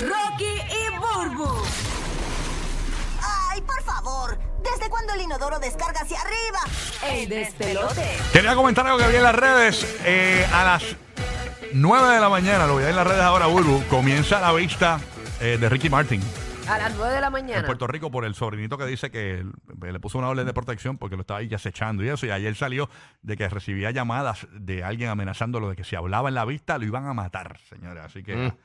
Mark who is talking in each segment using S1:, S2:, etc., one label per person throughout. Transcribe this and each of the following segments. S1: Rocky y Burbu.
S2: ¡Ay, por favor! ¿Desde cuándo el inodoro descarga hacia arriba?
S1: El despelote.
S3: Quería comentar algo que vi en las redes eh, a las 9 de la mañana, lo voy a ver en las redes ahora, Burbu. Comienza la vista eh, de Ricky Martin
S1: A las 9 de la mañana.
S3: en Puerto Rico por el sobrinito que dice que le puso una orden de protección porque lo estaba ahí ya acechando y eso. Y ayer salió de que recibía llamadas de alguien amenazándolo de que si hablaba en la vista lo iban a matar, señores. Así que esto,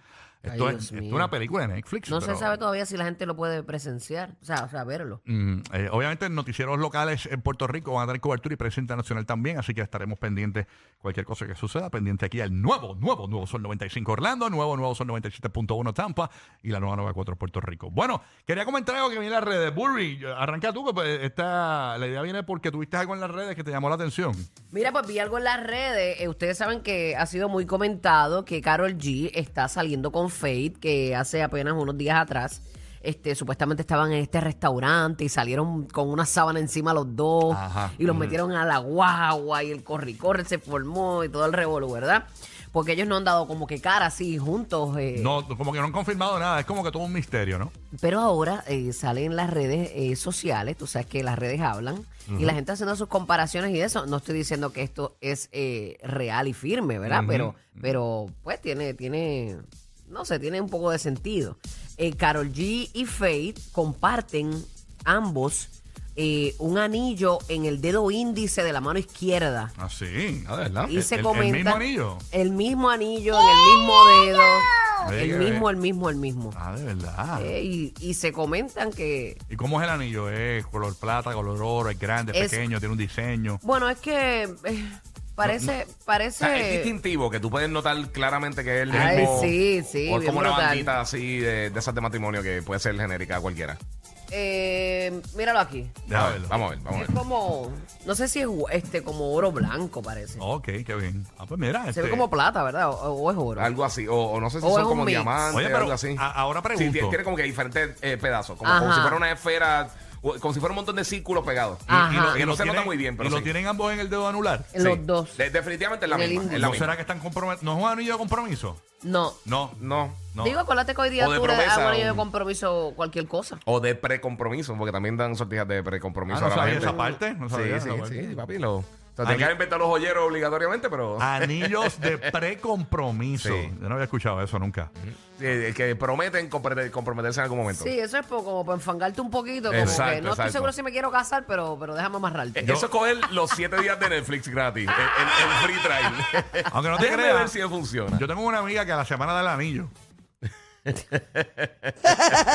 S1: Mm. Ay,
S3: es,
S1: Dios
S3: esto es
S1: mío.
S3: una película de Netflix.
S1: no se
S3: pero-
S1: sabe todavía si la gente lo puede presenciar, o sea, o sea, verlo.
S3: Mm, eh, obviamente, noticieros locales en Puerto Rico van a tener cobertura y prensa internacional también, así que estaremos pendientes cualquier cosa que suceda. Pendiente aquí al nuevo, nuevo, nuevo Sol 95 Orlando, nuevo, nuevo Sol 97.1 Tampa y la nueva 94 Puerto Rico. Bueno, quería comentar algo que viene en las redes. Burry, arranca tú, que pues, esta, la idea viene porque tuviste algo en las redes que te llamó la atención.
S1: Mira, pues vi algo en las redes. Eh, ustedes saben que ha sido muy comentado que Carol G está saliendo con Faith, que hace apenas unos días atrás. Este, supuestamente estaban en este restaurante y salieron con una sábana encima los dos
S3: Ajá.
S1: y los metieron a la guagua y el corre-corre se formó y todo el revolú, ¿verdad? Porque ellos no han dado como que cara así juntos. eh,
S3: No, como que no han confirmado nada, es como que todo un misterio, ¿no?
S1: Pero ahora eh, salen las redes eh, sociales, tú sabes que las redes hablan y la gente haciendo sus comparaciones y eso. No estoy diciendo que esto es eh, real y firme, ¿verdad?
S3: Ujú.
S1: Pero, pero pues tiene, tiene, no sé, tiene un poco de sentido. Carol G y Faith comparten ambos eh, un anillo en el dedo índice de la mano izquierda
S3: Así, a ver, ¿no?
S1: y
S3: El-
S1: se
S3: Ah, el-
S1: comenta
S3: El mismo anillo.
S1: el mismo anillo en el mismo dedo,
S3: Oye,
S1: el
S3: eh.
S1: mismo, el mismo, el mismo.
S3: Ah, de verdad.
S1: Eh, y, y se comentan que
S3: ¿Y cómo es el anillo? ¿Es color plata, color oro? ¿Es grande,
S1: Es-
S3: pequeño? ¿Tiene un diseño?
S1: Bueno, es que eh, parece,
S4: O sea, Ah, es
S1: parece.
S4: distintivo, que tú puedes notar claramente que es el
S1: Ay,
S4: mismo.
S1: sí, sí,
S4: O es
S1: bien
S4: como una
S1: brutal.
S4: bandita así de, de esas de matrimonio que puede ser genérica a cualquiera.
S1: eh, míralo aquí.
S3: Déjame
S4: A ver,
S3: verlo.
S4: Vamos a ver, vamos a
S1: Es
S4: ver.
S1: como, no sé si es gu- este como oro blanco parece.
S3: Ok, qué bien. Ah, pues mira.
S1: Se
S3: este-
S1: ve como plata, ¿verdad? O, o es oro.
S4: Algo así, o, o no sé si
S1: O es
S4: son
S1: un
S4: como
S1: mix.
S4: diamantes
S3: Oye,
S4: o
S3: pero
S4: algo así.
S3: a- ahora
S4: Sí,
S3: pregunto.
S4: tiene, tiene como que diferentes eh, pedazos, como, como
S1: Ajá.
S4: si fuera una esfera, o- como si fuera un montón de círculos pegados.
S1: Ah.
S3: Y- y
S1: Ajá.
S3: y
S4: Que no se nota
S3: tienen-
S4: muy bien, pero
S3: ¿Y lo
S4: sí.
S3: tienen ambos en el dedo anular?
S1: En
S4: Sí.
S1: Los dos.
S4: De- definitivamente es la
S1: En el
S4: misma.
S1: índice.
S4: Es la
S3: ¿No
S4: misma.
S3: será que están comprometidos? ¿No es un anillo de compromiso?
S1: No.
S3: No.
S4: No.
S3: No.
S1: Digo, acuérdate que hoy día
S4: O de
S1: tú le das
S4: promesa,
S1: a un anillo de
S4: o-
S1: compromiso cualquier cosa.
S4: O de precompromiso, porque también dan sortijas de precompromiso
S3: Ah, no
S4: ahora
S3: sabía
S4: la gente.
S3: esa parte, no sabía
S4: sí,
S3: esa
S4: sí,
S3: parte.
S4: sí, papi, lo. O sea,
S3: Ani-
S4: Ah. te quedan inventar los joyeros obligatoriamente, pero.
S3: Anillos de precompromiso.
S4: Sí.
S3: Yo no había escuchado eso nunca.
S4: Sí, el que prometen compre- comprometerse en algún momento.
S1: Sí, eso es po- como para enfangarte un poquito. Como
S4: Exacto,
S1: que no estoy
S4: exacto.
S1: seguro si me quiero casar, pero, pero déjame amarrarte.
S4: Eh, Eso es coger los siete días de Netflix gratis, el, el- el free trial.
S3: Aunque no te
S4: Déjame ver
S3: creas.
S4: si funciona.
S3: Yo tengo una amiga que a la semana da el anillo.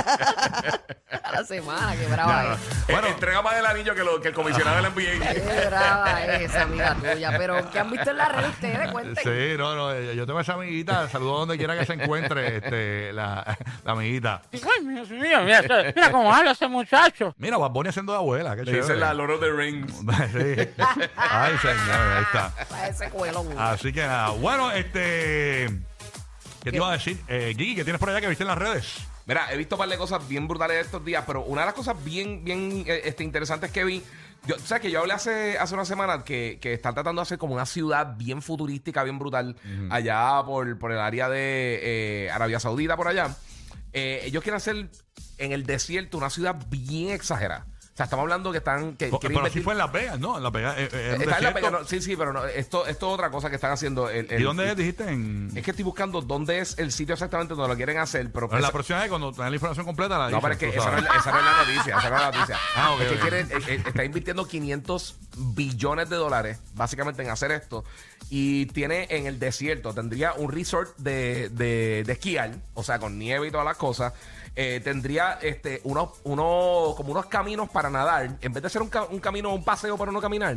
S1: A la semana, qué brava es.
S3: Bueno.
S4: Bueno, Eh, entrega más el anillo que, lo, que el comisionado de la NBA.
S1: Qué brava es esa amiga tuya. Pero, ¿qué han visto en la red ustedes? Cuenten.
S3: Sí, no, no. eh, Yo tengo a esa amiguita. Saludo donde quiera que se encuentre este, la, la amiguita.
S5: Ay, Dios mío, mira, ese- mira cómo habla ese muchacho.
S3: Mira, Bad Bunny haciendo de abuela. Qué
S4: Le
S3: chévere.
S4: dicen la Lord of the Rings.
S3: Sí. Ay, señor, ahí está. Ah,
S1: A ese cuelón.
S3: Así que nada. Bueno, este. ¿Qué te iba a decir? Eh, Gigi, ¿qué tienes por allá que viste en las redes?
S4: Mira, he visto un par de cosas bien brutales estos días, pero una de las cosas bien, bien eh, este, interesantes que vi. Yo, o sea, que yo hablé hace, hace una semana que, que están tratando de hacer como una ciudad bien futurística, bien brutal, allá por, por el área de eh, Arabia Saudita, por allá. Eh, ellos quieren hacer en el desierto una ciudad bien exagerada. O sea, estamos hablando que están. Que,
S3: Co-
S4: quieren
S3: Pero sí
S4: invertir-
S3: fue en Las Vegas, ¿no? En Las Vegas. eh, eh, en un
S4: Eh, Está en la
S3: desierto.
S4: pega- no, sí, sí, pero no, esto, esto es otra cosa que están haciendo. El, el-
S3: ¿Y dónde es, dijiste? En,
S4: Es que estoy buscando dónde es el sitio exactamente donde lo quieren hacer, pero
S3: Bueno, la
S4: esa-
S3: próxima vez, cuando tengas la información completa, la
S4: no,
S3: dices,
S4: pero es que
S3: tú
S4: esa no es,
S3: sabes.
S4: la- esa no es la noticia. Esa no es la noticia.
S3: Ah, ok,
S4: Es que
S3: ok.
S4: quieren- eh, eh, está invirtiendo 500 billones de dólares básicamente en hacer esto. Y tiene en el desierto, tendría un resort de, de, de esquiar, o sea, con nieve y todas las cosas. Eh, tendría este unos, unos como unos caminos para nadar. En vez de ser un, ca- un camino, un paseo para uno caminar,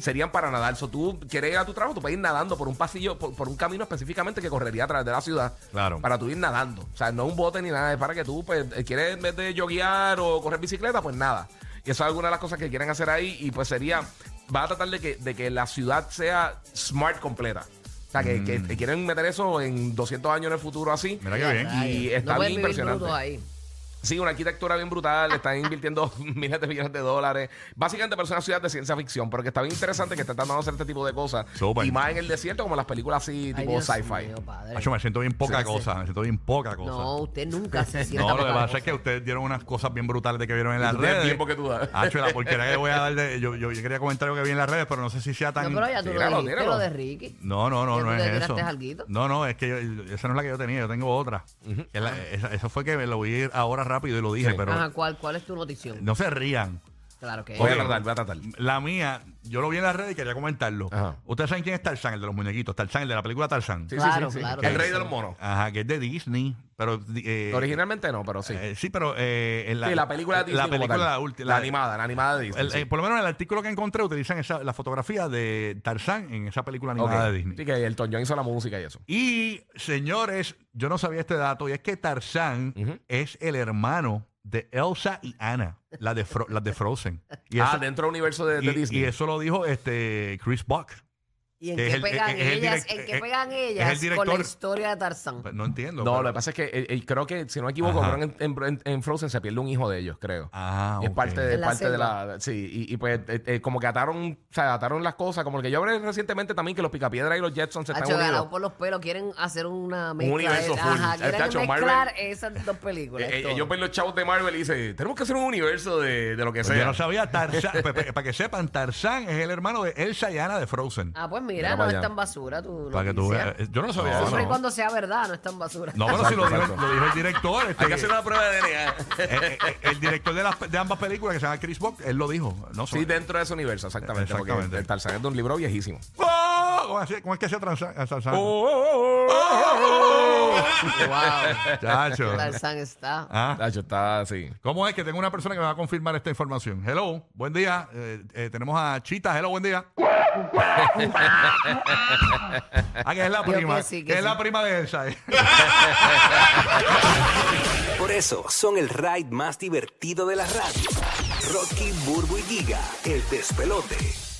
S4: serían para nadar. So, tú quieres ir a tu trabajo, tú puedes ir nadando por un pasillo, por, por un camino específicamente que correría a través de la ciudad.
S3: Claro.
S4: Para para tú ir nadando. O sea, no un bote ni nada. Es para que tú, pues, eh, quieres en vez de joguear o correr bicicleta, pues nada. Y eso es alguna de las cosas que quieren hacer ahí. Y pues sería, va a tratar de que, de que la ciudad sea smart completa. O sea, que, que- que quieren meter eso en 200 años en el futuro así.
S3: Mm. Mira qué bien.
S1: Ay,
S4: Y está
S1: no pueden
S4: bien
S1: vivir
S4: impresionante.
S1: bruto ahí.
S4: Sí, una arquitectura bien brutal, le están invirtiendo miles de millones de dólares. Básicamente parece una ciudad de ciencia ficción, pero que está bien interesante que está tratando de hacer este tipo de cosas.
S3: Súper.
S4: Y más en el desierto, como las películas así,
S1: Ay,
S4: tipo
S1: Dios
S4: sci-fi.
S1: mío, padre.
S3: Hacho, me siento bien poca
S1: Sí, sí.
S3: cosa, me siento bien poca cosa.
S1: No, usted nunca se sienta.
S3: No, lo que
S1: poca
S3: pasa es que
S1: cosa.
S3: ustedes dieron unas cosas bien brutales de que vieron en
S4: Y
S3: las
S4: tú tienes
S3: redes.
S4: tiempo que tú das.
S3: Hacho, la porquería que voy a dar de- yo, yo, yo quería comentar algo que vi en las redes, pero no sé si sea tan.
S1: No, pero ya tú
S4: Tíralo,
S1: lo dijiste,
S4: tíralo.
S1: lo de Ricky.
S3: No, no, no,
S1: ¿Ya tú
S3: no
S1: le
S3: es
S1: tiraste
S3: eso.
S1: alguito?
S3: No, no, es que yo- esa no es la que yo tenía, yo tengo otra. Que la- esa, esa fue que me lo vi ahora rápido y lo dije,
S4: Sí.
S3: pero
S1: Ajá, ¿cuál, ¿cuál es tu notición?
S3: no se rían.
S1: Claro que
S4: Eh, Voy a
S3: Ok.
S4: tratar, voy a tratar.
S3: La mía, yo lo vi en las redes y quería comentarlo.
S4: Ajá.
S3: Ustedes saben quién es Tarzán, el de los muñequitos, Tarzán, el de la película Tarzán.
S4: Sí,
S1: Claro,
S4: sí, sí, sí.
S1: claro.
S4: El rey de los monos.
S3: Ajá, que es de Disney, pero. eh,
S4: Originalmente no, pero sí.
S3: eh, sí, pero. eh, en
S4: sí, la película de Disney.
S3: La
S4: como
S3: película,
S4: tal.
S3: la última.
S4: La animada, la animada de Disney.
S3: El-
S4: sí.
S3: eh, por lo menos en el artículo que encontré utilizan esa, la fotografía de Tarzán en esa película animada
S4: Ok.
S3: de Disney.
S4: Sí, que el John hizo la música y eso.
S3: Y señores, yo no sabía este dato y es que Tarzán
S4: Ujú.
S3: es el hermano de Elsa y Anna, la de, Fro- las de Frozen. Y
S4: ah,
S3: eso-
S4: dentro del universo de, de
S3: y-
S4: Disney.
S3: y eso lo dijo este Chris Buck.
S1: ¿Y en
S3: que es
S1: qué
S3: el-
S1: pegan
S3: es- es el
S1: ellas?
S3: direct-
S1: ¿En qué
S3: es-
S1: pegan
S3: es el
S1: ellas con la
S3: director.
S1: historia de Tarzán?
S3: Pues no entiendo.
S4: no,
S3: pero-
S4: lo que pasa es que eh, eh, creo que, si no me equivoco,
S3: Ajá.
S4: creo que en, en- en Frozen se pierde un hijo de ellos, creo.
S3: Ah,
S4: es
S3: ok.
S4: parte de
S1: En la
S4: parte de
S1: selva.
S4: la sí y, y pues eh, eh, como que ataron o sea, ataron las cosas como el que yo hablé recientemente también que los picapiedra y los Jetsons se
S1: Ha
S4: están
S1: ganado
S4: unidos
S1: por los pelos. Quieren hacer una mezcla.
S4: universo
S1: de-
S4: full.
S1: Ajá,
S4: El
S1: quieren
S4: tacho,
S1: mezclar
S4: Marvel-
S1: esas dos películas.
S4: Eh, eh,
S1: es todo.
S4: ellos ven los chavos de Marvel y dicen tenemos que hacer un universo de, de lo que
S3: Pues yo
S4: sea
S3: no sabía Tarzán. pues, pues, para que sepan, Tarzán es el hermano de Elsa y Anna de Frozen.
S1: Ah, pues
S4: Mira
S1: mira,
S4: para
S1: no es
S4: allá.
S1: tan basura tu
S3: para que tú
S1: noticia.
S3: veas. Eh, Yo no lo sabía.
S4: No,
S3: eso.
S1: Siempre y
S4: no.
S1: cuando sea verdad, no es tan basura.
S3: No, pero si lo dijo,
S4: Exacto, exacto.
S3: lo dijo el director. este,
S4: hay que hacer una prueba de DNA
S3: eh, eh, el director de, las- de ambas películas, que se llama Chris Buck, él lo dijo. No
S4: sí
S3: sé.
S4: dentro de ese universo exactamente, porque
S3: Exactamente.
S4: el Tarzán es de un libro viejísimo
S3: ¡Oh! ¿Cómo, así- cómo es que hacía Tarzán? Tarzán?
S4: Oh,
S1: wow.
S3: Chacho.
S1: Tarzán está.
S3: Ah,
S4: Tacho, está así
S3: ¿Cómo es que tengo una persona que me va a confirmar esta información? Hello, buen día. Eh, eh, tenemos a Chita. Hello, buen día. ah, que es la
S1: Yo que
S3: prima.
S1: sí,
S3: que
S1: que
S3: es
S1: sí.
S3: la prima de Elsa. eh.
S6: Por eso son el ride más divertido de la radio. Rocky, Burbu y Giga, el despelote.